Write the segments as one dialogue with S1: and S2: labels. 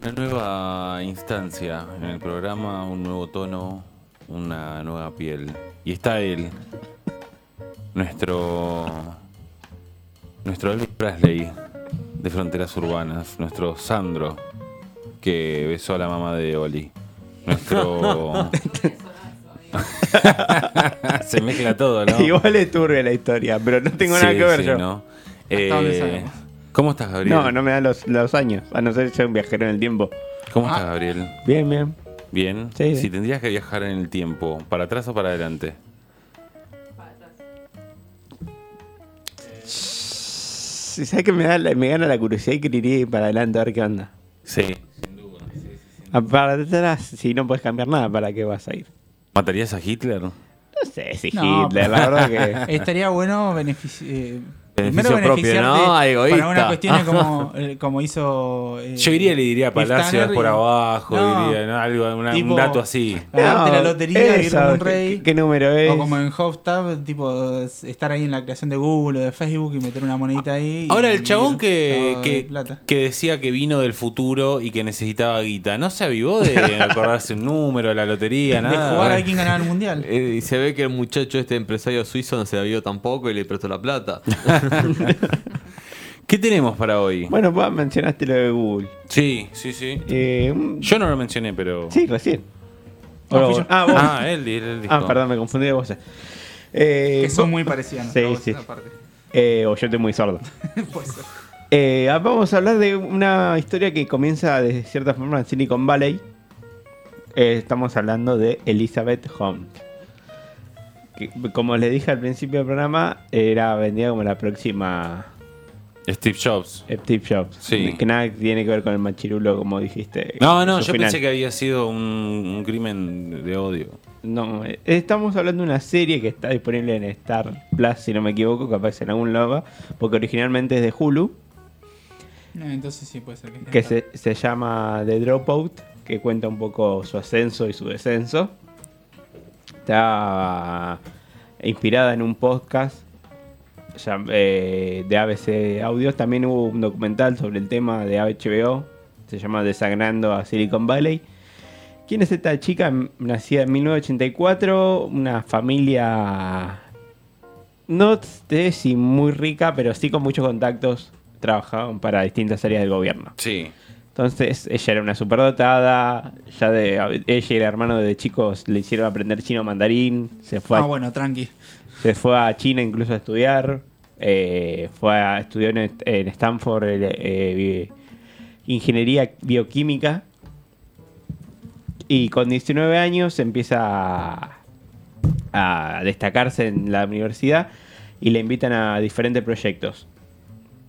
S1: Una nueva instancia en el programa, un nuevo tono, una nueva piel. Y está él, nuestro. Nuestro Elvis Presley de Fronteras Urbanas, nuestro Sandro, que besó a la mamá de Oli. Nuestro. Se mezcla todo, ¿no?
S2: Igual es turbia la historia, pero no tengo nada
S1: Sí,
S2: que ver
S1: sí,
S2: yo. No,
S1: ¿no? Eh,
S3: dónde sabemos?
S1: ¿Cómo estás, Gabriel?
S2: no, me dan los, los años, a no ser ser un viajero en el tiempo.
S1: ¿Cómo estás,
S2: Ah.
S1: Gabriel?
S2: Bien, bien.
S1: Bien.
S2: Sí,
S1: si
S2: sí.
S1: tendrías que viajar en el tiempo, ¿para atrás o para adelante?
S2: Si sabes que me, da, la- me gana la curiosidad y quería ir para adelante a ver qué onda.
S1: Sí.
S2: A- Para atrás, si no puedes cambiar nada, ¿para qué vas a ir?
S1: ¿Matarías a Hitler?
S2: No sé si
S3: No,
S2: Hitler, la verdad que.
S3: Estaría bueno benefici- eh,
S4: Beneficio
S3: primero
S4: propio,
S3: beneficiarte
S4: ¿no? Egoísta.
S3: para una cuestión como, eh, como hizo. eh,
S1: Yo iría y le diría
S3: Bill
S1: Palacios
S3: Tanner
S1: por
S3: y-
S1: abajo,
S3: No.
S1: diría ¿no? algo, una-
S3: Tipo-
S1: un dato así.
S3: Ganarte la
S2: No,
S3: lotería, ir
S2: eso,
S3: como un
S2: ¿qué-
S3: rey.
S2: ¿Qué, qué número es?
S3: O como en Hofstab, tipo, es- estar ahí en la creación de Google o de Facebook y meter una monedita ahí. y-
S1: Ahora, el chabón
S3: y-
S1: que,
S3: no, de
S1: que,
S3: plata.
S1: que decía que vino del futuro y que necesitaba guita, ¿no se avivó de acordarse un número, la lotería,
S3: De
S1: nada?
S3: jugar a ver quién ganaba el mundial.
S4: Eh, y se ve que el muchacho, este empresario suizo, no se la vio tampoco y le prestó la plata.
S1: ¿Qué tenemos para hoy?
S2: Bueno, vos mencionaste lo de Google.
S1: Sí, sí, sí.
S2: Eh, un-
S1: Yo no lo mencioné, pero...
S2: Sí, recién.
S3: Ah, fui
S2: vos.
S3: yo.
S2: ah, vos.
S1: Ah, él, él, él dijo.
S2: Ah, perdón, me confundí de vos. Eh,
S3: que son
S2: vos-
S3: muy parecidas. ¿no?
S2: Sí,
S3: Vos,
S2: sí.
S3: aparte.
S2: eh, o yo estoy muy sordo.
S3: Puede ser.
S2: Eh, ah, vamos a hablar de una historia que comienza de cierta forma en Silicon Valley. Eh, estamos hablando de Elizabeth Hunt. Que, como les dije al principio del programa, era vendida como la próxima
S1: Steve Jobs.
S2: Steve Jobs.
S1: Sí.
S2: Que nada tiene que ver con el machirulo, como dijiste.
S1: No, no,
S2: en su
S1: yo
S2: final.
S1: pensé que había sido un, un crimen de odio.
S2: No, eh, estamos hablando de una serie que está disponible en Star Plus, si no me equivoco, capaz en algún lado, porque originalmente es de Hulu.
S3: No, entonces sí puede ser. Que,
S2: que se, se llama The Dropout, que cuenta un poco su ascenso y su descenso. Está eh, inspirada en un podcast llam- eh, de ABC Audios. También hubo un documental sobre el tema de HBO, se llama Desagrando a Silicon Valley. ¿Quién es esta chica? M- Nacida en 1984, una familia no sé si muy rica, pero sí con muchos contactos. Trabajaban para distintas áreas del gobierno.
S1: Sí.
S2: Entonces ella era una superdotada, ya de ella y el hermano de chicos le hicieron aprender chino mandarín, se fue,
S3: Ah,
S2: a,
S3: bueno, tranqui.
S2: se fue a China incluso a estudiar, eh, fue a estudiar en, en Stanford eh, eh, bi- ingeniería bioquímica y con 19 años empieza a, a destacarse en la universidad y le invitan a diferentes proyectos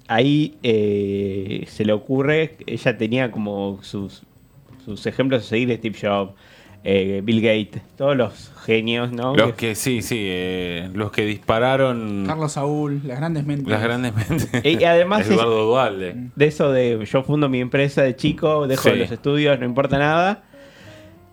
S2: ahí eh, se le ocurre, ella tenía como sus, sus ejemplos a seguir, Steve Jobs, eh, Bill Gates, todos los genios, ¿no?
S1: Los que, sí, sí, eh, los que dispararon
S3: Carlos Saúl, las grandes mentes.
S1: Mm. las grandes mentes.
S2: Eh, y además es-
S1: Eduardo Dualde.
S2: de eso de yo fundo mi empresa de chico, dejo
S1: Sí.
S2: los estudios, no importa nada.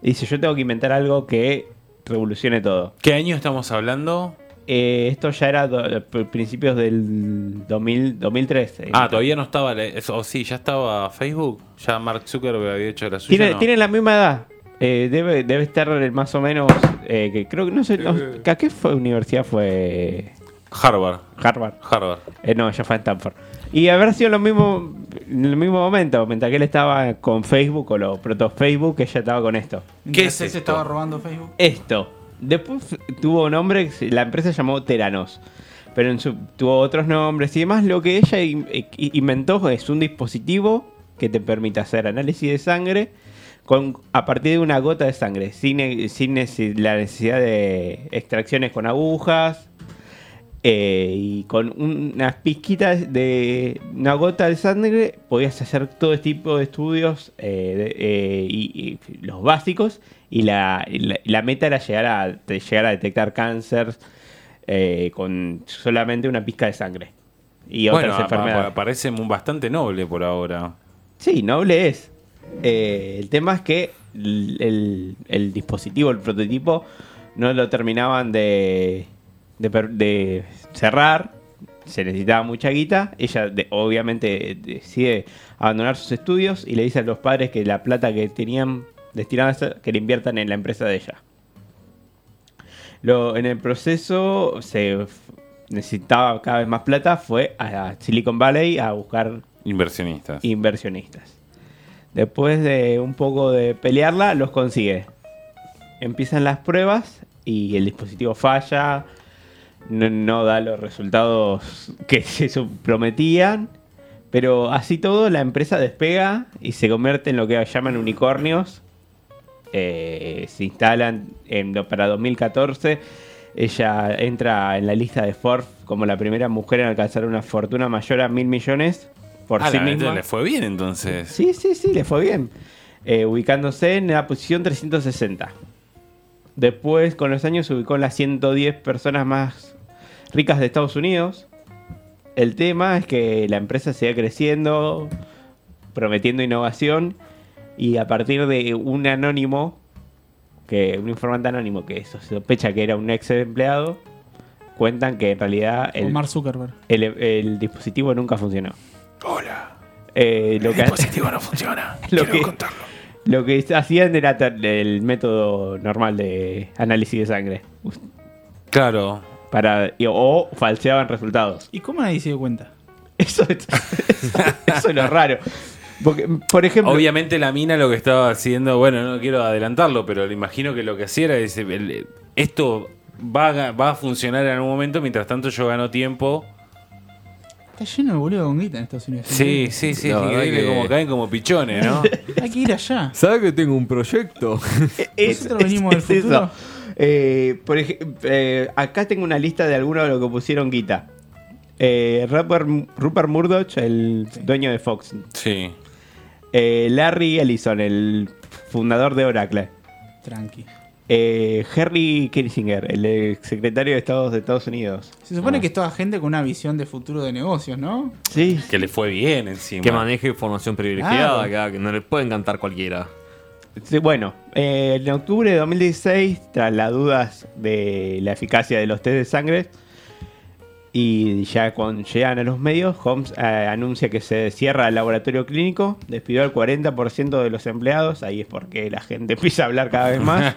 S2: Dice, yo tengo que inventar algo que revolucione todo.
S1: ¿Qué año estamos hablando?
S2: Eh, esto ya era do- principios del 2000, 2003. eh.
S1: Ah, todavía no estaba. la- es- O sí, ya estaba Facebook. Ya Mark Zuckerberg había hecho la suya.
S2: Tiene,
S1: ¿no?
S2: tiene la misma edad. Eh, debe, debe estar más o menos. eh, que creo que no sé. no- ¿A qué fue universidad fue
S1: Harvard.
S2: Harvard?
S1: Harvard.
S2: Eh, no, ya fue a Stanford. Y haber sido lo mismo en el mismo momento, mientras que él estaba con Facebook o los proto Facebook, ella estaba con esto.
S3: Mientras
S1: ¿Qué es
S3: él
S1: esto?
S3: se estaba robando Facebook.
S2: Esto. Después tuvo nombre, la empresa se llamó Teranos. Pero en su- tuvo otros nombres y demás. Lo que ella in- eh, inventó es un dispositivo que te permite hacer análisis de sangre con, a partir de una gota de sangre, sin, eh, sin nece- la necesidad de extracciones con agujas eh, y con un- unas pizquitas de una gota de sangre podías hacer todo este tipo de estudios eh, de- eh, y, y los básicos y la, y la- y la meta era llegar a, de llegar a detectar cáncer eh, con solamente una pizca de sangre y otras
S1: Bueno, a-
S2: enfermedades.
S1: a- parece mu- bastante noble por ahora.
S2: Sí, noble es. Eh, el tema es que el, el- el dispositivo, el prototipo, no lo terminaban de, de per- de cerrar. se necesitaba mucha guita, ella de- obviamente eh, decide abandonar sus estudios y le dice a los padres que la plata que tenían destinada a esa- que le inviertan en la empresa de ella. Lo, en el proceso se f- necesitaba cada vez más plata, fue a Silicon Valley a buscar
S1: Inversionistas.
S2: inversionistas. Después de un poco de pelearla, los consigue. Empiezan las pruebas y el dispositivo falla, no, no da los resultados que se su- prometían, pero así todo la empresa despega y se convierte en lo que llaman unicornios. Eh, se instalan en, para 2014. Ella entra en la lista de Forbes como la primera mujer en alcanzar una fortuna mayor a mil millones por
S1: Ah,
S2: sí
S1: la neta,
S2: misma.
S1: le fue bien entonces.
S2: Sí, sí, sí, le fue bien. Eh, ubicándose en la posición 360. Después, con los años, se ubicó en las 110 personas más ricas de Estados Unidos. El tema es que la empresa sigue creciendo, prometiendo innovación, y a partir de un anónimo, que un informante anónimo que se sospecha que era un ex empleado, cuentan que en realidad el,
S3: Omar Zuckerberg.
S2: el- el dispositivo nunca funcionó.
S1: Hola.
S2: Eh, lo que,
S1: no funciona.
S2: Lo Quiero que- contarlo. Lo que hacían era ter- el método normal de análisis de sangre.
S1: Claro.
S2: Para, y- o falseaban resultados.
S3: ¿Y cómo nadie se dio cuenta?
S2: Eso es, eso, eso es lo raro. Porque, por ejemplo,
S1: Obviamente la mina lo que estaba haciendo, bueno, no quiero adelantarlo, pero le imagino que lo que hacía era ese- el- esto va a, ga- va a funcionar en algún momento, mientras tanto yo gano tiempo.
S3: Está lleno de boludo con guita en Estados Unidos.
S1: Sí, sí, sí,
S4: La
S1: es
S4: verdad
S1: increíble
S4: que-
S1: como caen como pichones, ¿no?
S3: ¿eh? Hay que ir allá.
S4: ¿Sabes que tengo un proyecto?
S2: es-
S3: nosotros venimos del
S2: eso.
S3: futuro.
S2: Eh, por ej- eh, acá tengo una lista de algunos de los que pusieron guita. Eh, Rupert, Rupert Murdoch, el dueño de Fox.
S1: sí.
S2: Eh, Larry Ellison, el fundador de Oracle.
S3: Tranqui.
S2: Eh, Henry Kissinger, el ex secretario de Estados de Estados Unidos.
S3: Se supone
S1: Ah.
S3: que es toda gente con una visión de futuro de negocios, ¿no?
S2: Sí.
S1: Que le fue bien encima.
S4: Que maneje información privilegiada,
S3: Claro.
S4: acá, que no le pueden cantar cualquiera.
S2: bueno, eh, en octubre de 2016, tras las dudas de la eficacia de los test de sangre, y ya cuando llegan a los medios, Holmes eh, anuncia que se cierra el laboratorio clínico, despidió al 40% de los empleados, ahí es porque la gente empieza a hablar cada vez más.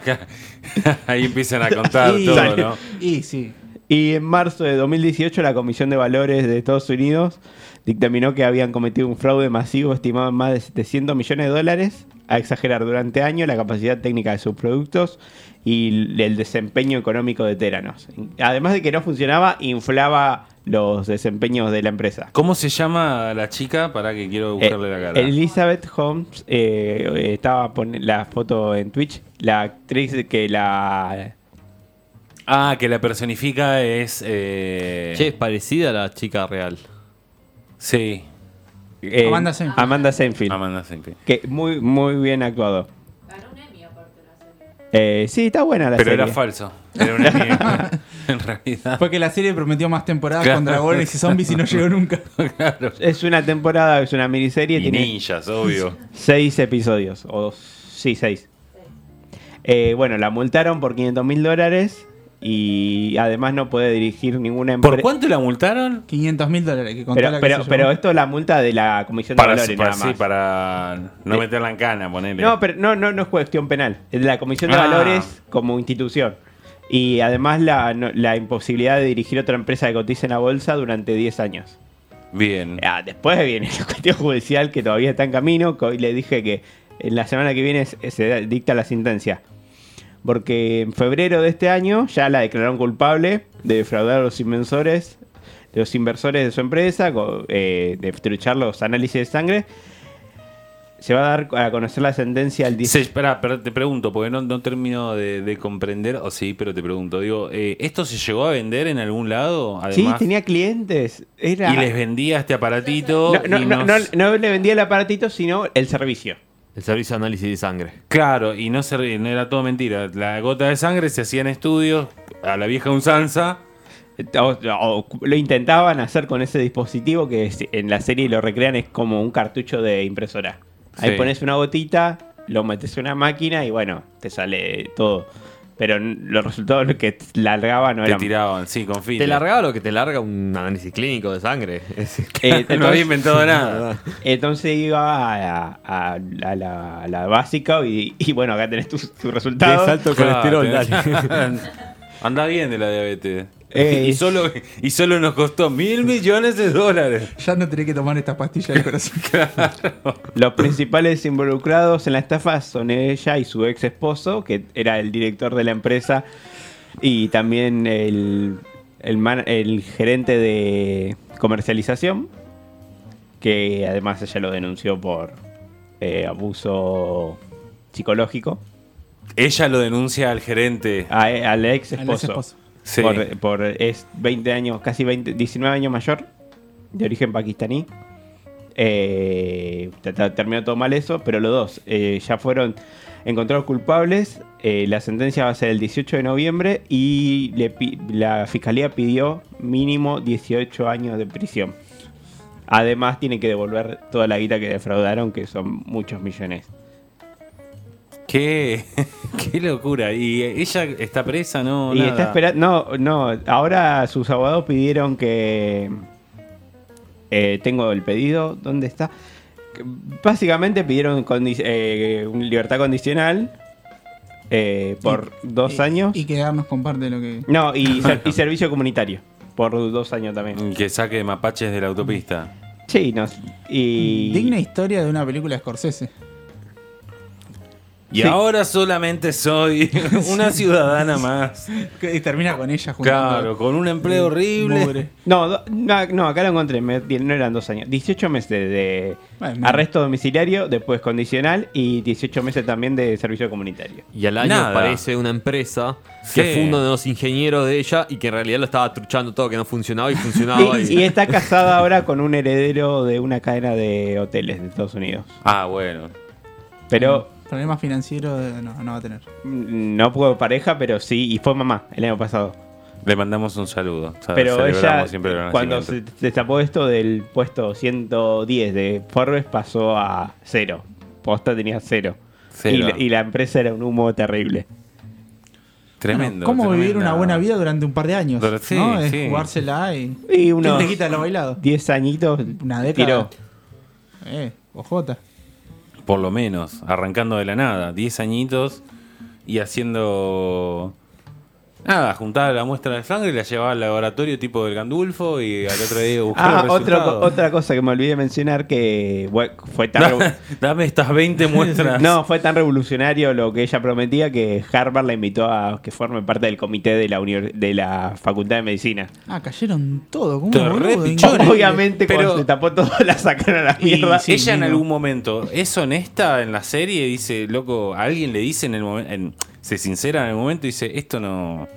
S1: Ahí empiezan a contar
S3: y,
S1: todo, ¿no?
S3: y sí.
S2: Y en marzo de 2018 la Comisión de Valores de Estados Unidos dictaminó que habían cometido un fraude masivo estimado en más de 700 millones de dólares a exagerar durante años la capacidad técnica de sus productos y l- el desempeño económico de Teranos. Además de que no funcionaba, inflaba los desempeños de la empresa.
S1: ¿Cómo se llama la chica? Para que quiero buscarle la cara.
S2: Eh, Elizabeth Holmes eh, estaba poniendo la foto en Twitch, la actriz que la
S1: Ah, que la personifica es. eh,
S4: Che, es parecida a la chica real.
S1: Sí.
S2: eh,
S3: Amanda Seyfried.
S2: Amanda Seyfried.
S1: Amanda Seyfried.
S2: Que muy, muy bien actuado.
S5: Ganó un Emmy aparte la serie.
S2: Eh, sí, está buena la
S1: Pero
S2: serie.
S1: era falso. Era una mierda. en realidad.
S3: Porque la serie prometió más temporadas
S1: Claro.
S3: con dragones y zombies y no llegó nunca.
S2: es una temporada, es una miniserie,
S1: Y
S2: tiene
S1: ninjas, obvio.
S2: seis episodios. O sí, seis. Eh, bueno, la multaron por 500 mil dólares y además no puede dirigir ninguna
S1: ¿Por
S2: empresa.
S1: cuánto la multaron?
S3: 500 mil dólares que contó
S2: Pero,
S3: la que
S2: pero,
S3: se
S2: pero
S3: llevó.
S2: esto es la multa de la Comisión de
S1: Para,
S2: Valores
S1: para-
S2: nada
S1: sí,
S2: más.
S1: para no
S2: Eh.
S1: meterla en cana, ponele.
S2: No, pero no, no, no es cuestión penal. Es de la Comisión de
S1: Ah.
S2: Valores como institución. Y además la, no- la imposibilidad de dirigir otra empresa que cotice en la bolsa durante 10 años.
S1: Bien.
S2: Ah, después viene la cuestión judicial que todavía está en camino. que Hoy le dije que en la semana que viene se- se da- dicta la sentencia. Porque en febrero de este año ya la declararon culpable de defraudar a los inversores, de los inversores de su empresa, co- eh, de truchar los análisis de sangre. Se va a dar a conocer la sentencia el 10
S1: Sí, espera, pero te pregunto, porque no, no termino de, de comprender, o sí, pero te pregunto, digo, eh, ¿esto se llegó a vender en algún lado?
S2: Sí,
S1: Además,
S2: tenía clientes. Era...
S1: Y les vendía este aparatito.
S2: no, no,
S1: y
S2: no,
S1: nos-
S2: no- no le vendía el aparatito, sino el servicio.
S4: El servicio de análisis de sangre.
S1: Claro, y no, se, re- no era todo mentira. La gota de sangre se hacía en estudios, a la vieja usanza.
S2: O- o lo intentaban hacer con ese dispositivo que es- en la serie lo recrean es como un cartucho de impresora. Ahí
S1: Sí.
S2: pones una gotita, lo metes en una máquina y bueno, te sale todo. Pero n- los resultados lo que t- largaba no
S1: Te
S2: eran.
S1: tiraban, sí, con
S4: Te
S1: Fitler.
S4: largaba lo que te larga un análisis clínico de sangre. Es decir,
S2: Eh,
S1: no había
S2: entonces,
S1: inventado nada.
S2: entonces iba a la, a- a la- a la básica y, y bueno, acá tenés tus tus resultados.
S6: De salto colesterol, dale.
S1: Anda bien de la diabetes.
S2: Eh,
S1: y, solo, y solo nos costó mil millones de dólares.
S3: Ya no tenés que tomar estas pastillas del corazón.
S2: Los principales involucrados en la estafa son ella y su ex esposo, que era el director de la empresa y también el, el, man- el gerente de comercialización, que además ella lo denunció por eh, abuso psicológico
S1: Ella lo denuncia al gerente.
S2: a- al ex
S3: Al ex
S2: esposo.
S3: esposo.
S1: Sí.
S2: Por, por- es 20 años, casi 20, 19 años mayor, de origen pakistaní. Eh, ta- ta- terminó todo mal eso, pero los dos eh, ya fueron encontrados culpables. Eh, la sentencia va a ser el 18 de noviembre y le pi- la fiscalía pidió mínimo 18 años de prisión. Además, tienen que devolver toda la guita que defraudaron, que son muchos millones.
S1: Qué, qué locura. Y ella está presa, ¿no?
S2: Y
S1: nada.
S2: está esperando. No, no. Ahora sus abogados pidieron que. eh, tengo el pedido. ¿Dónde está? Que Básicamente pidieron condi- eh, un libertad condicional eh, por dos
S3: Y-
S2: años.
S3: Y quedarnos con parte de lo que.
S2: no, y, ser- y servicio comunitario por dos años también.
S1: Que saque mapaches de la autopista.
S2: Sí, no. Y.
S3: Digna historia de una película de Scorsese.
S1: Y
S2: Sí.
S1: ahora solamente soy una ciudadana más.
S3: Que- Y termina con ella juntando-
S1: Claro, con un empleo horrible.
S3: Mugre.
S2: No, do- no, no, acá lo encontré, me- no eran dos años. 18 meses de, de
S3: Bueno.
S2: arresto domiciliario, después condicional y 18 meses también de servicio comunitario.
S4: Y al año
S1: Nada.
S4: aparece una empresa
S1: Sí.
S4: que funda uno de los ingenieros de ella y que en realidad lo estaba truchando todo, que no funcionaba y funcionaba.
S2: Y,
S4: y,
S2: y está casada ahora con un heredero de una cadena de hoteles de Estados Unidos.
S1: Ah, bueno.
S2: Pero
S3: Problemas financieros eh, no, no va a tener.
S2: mm, no fue pareja, pero sí, y fue mamá el año pasado.
S1: Le mandamos un saludo. O sea,
S2: Pero
S1: celebramos
S2: ella,
S1: siempre Ah, el
S2: cuando se
S1: nacimiento.
S2: destapó esto del puesto 110 de Forbes, pasó a cero. Posta tenía cero.
S1: Cero.
S2: Y la- Y, la empresa era un humo terrible.
S1: Tremendo.
S3: Bueno, ¿Cómo vivir
S1: tremenda.
S3: una buena vida durante un par de años?
S1: Dur- sí,
S3: ¿no? Es
S1: sí.
S3: jugársela y.
S2: Y
S3: ¿Quién
S2: unos
S3: te quita lo bailado?
S2: 10 añitos
S3: Una década.
S2: tiró.
S3: Eh, ojota.
S1: Por lo menos, arrancando de la nada, 10 añitos y haciendo. Nada, juntaba la muestra de sangre y la llevaba al laboratorio tipo del Gandulfo y al otro día buscaba.
S2: Ah, otra, co- otra cosa que me olvidé de mencionar que bueno, fue tan... revo-
S1: Dame estas 20 muestras.
S2: No, fue tan revolucionario lo que ella prometía que Harvard la invitó a que forme parte del comité de la, uni- de la Facultad de Medicina.
S3: Ah, cayeron todo. ¿Cómo?
S1: Te
S3: boludo?
S1: repichó,
S3: Increíble.
S2: Obviamente
S1: pero-
S2: cuando se tapó todo la sacaron a la
S1: Y
S2: mierda.
S3: sí,
S1: ella en
S3: mira.
S1: algún momento es honesta en la serie, dice, loco, a alguien le dice en el momento, se sincera en el momento y dice, esto no...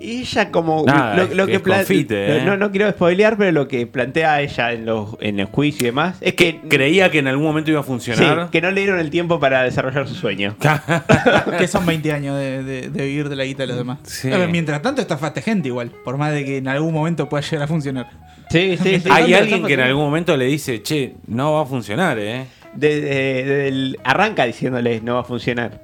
S2: Y ella como
S1: Nada,
S2: lo, lo
S1: es-
S2: que
S1: es
S2: pla-
S1: confite, ¿eh?
S2: no, no quiero spoilear, pero lo que plantea ella en los en el juicio y demás es que
S1: Creía que en algún momento iba a
S2: Eh, sí,
S1: funcionar.
S2: que no le dieron el tiempo para desarrollar su sueño.
S3: que son 20 años de, de- de vivir de la guita de los demás.
S1: Sí.
S3: A ver, mientras tanto estafaste gente igual, por más de que en algún momento pueda llegar a funcionar.
S2: Sí, sí,
S1: Hay
S2: sí.
S3: ¿Dónde
S1: alguien
S3: estamos
S1: que en
S3: teniendo?
S1: algún momento le dice, che, no va a funcionar, ¿eh?
S2: De- de- del- arranca diciéndoles no va a funcionar.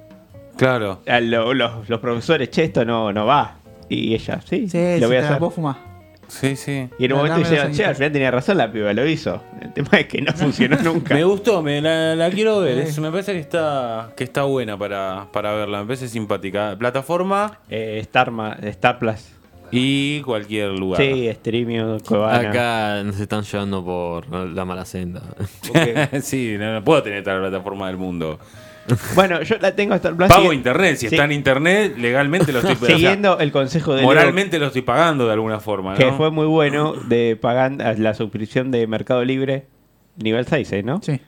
S1: Claro.
S2: A lo- los, los profesores, che, esto no, no va. Y ella, sí, lo voy a hacer.
S3: Vos fumás.
S1: Sí, sí.
S2: Y en un
S3: Dame
S2: momento
S3: los
S2: dijeron, che,
S3: añitos.
S2: al final tenía razón la piba, lo hizo. El tema es que no funcionó nunca.
S1: Me gustó, me la, la quiero ver.
S2: Eh.
S1: es- me parece que está, que está buena para, para verla. Me parece simpática. Plataforma
S2: Eh, Star, Ma- Star Plus.
S1: y cualquier lugar.
S2: Sí, Streamio, Cuevana.
S4: acá nos están llevando por la mala senda.
S2: Ok.
S1: sí, no, no puedo tener toda la plataforma del mundo.
S2: Bueno, yo la tengo Star Plus.
S1: Pago
S2: sigui-
S1: internet. Si
S2: Ah, sí.
S1: está en internet, legalmente lo estoy o sea,
S2: Siguiendo el consejo de Leo,
S1: Moralmente lo estoy pagando de alguna forma. ¿no?
S2: que fue muy bueno, de pagar la suscripción de Mercado Libre, nivel 6, ¿eh, ¿no?
S3: Sí.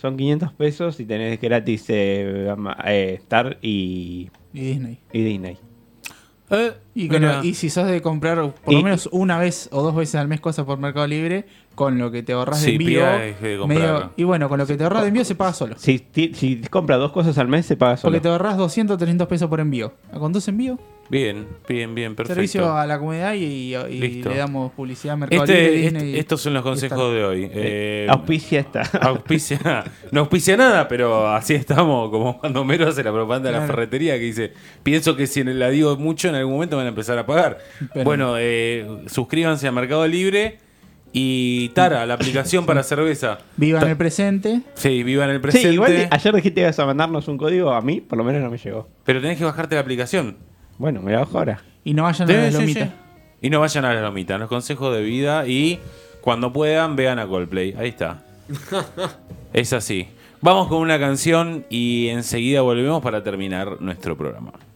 S2: Son 500 pesos y tenés gratis eh, ama- eh, Star y,
S3: Y Disney.
S2: y Disney.
S1: Eh,
S3: Y, con
S1: mira.
S3: lo- y si sos de comprar por lo
S2: Y-
S3: menos una vez o dos veces al mes cosas por Mercado Libre, con lo que te ahorras
S1: Sí,
S3: de envío.
S1: pida, deje de comprarlo.
S3: y bueno, con lo que te ahorras de envío se paga solo.
S2: Si, ti- si compras dos cosas al mes, se paga solo.
S3: Porque te ahorras 200, 300 pesos por envío. ¿Con dos envíos?
S1: Bien, bien, bien, perfecto.
S3: Servicio a la comunidad y, y
S1: Listo.
S3: le damos publicidad, mercado Libre,
S1: Este,
S3: Disney y-
S1: este- estos son los
S3: y Star.
S1: consejos de hoy. Eh,
S2: Auspicia esta.
S1: auspicia- no auspicia nada, pero así estamos, como cuando Mero hace la propaganda de la
S3: Claro.
S1: ferretería que dice, pienso que si la digo mucho en algún momento van a empezar a pagar.
S3: Pero-
S1: bueno, eh, suscríbanse a Mercado Libre y Tara, la aplicación para cerveza.
S3: Viva en el presente.
S1: Sí, viva en el
S2: Sí,
S1: presente.
S2: igual ayer dijiste que ibas a mandarnos un código, a mí por lo menos no me llegó.
S1: Pero tenés que bajarte la aplicación.
S2: Bueno, me la bajo ahora.
S3: Y no vayan a la
S1: Sí, sí,
S3: lomita.
S1: sí. Y no vayan a la lomita, los consejos de vida y cuando puedan vean a Coldplay. Ahí está. es así. Vamos con una canción y enseguida volvemos para terminar nuestro programa.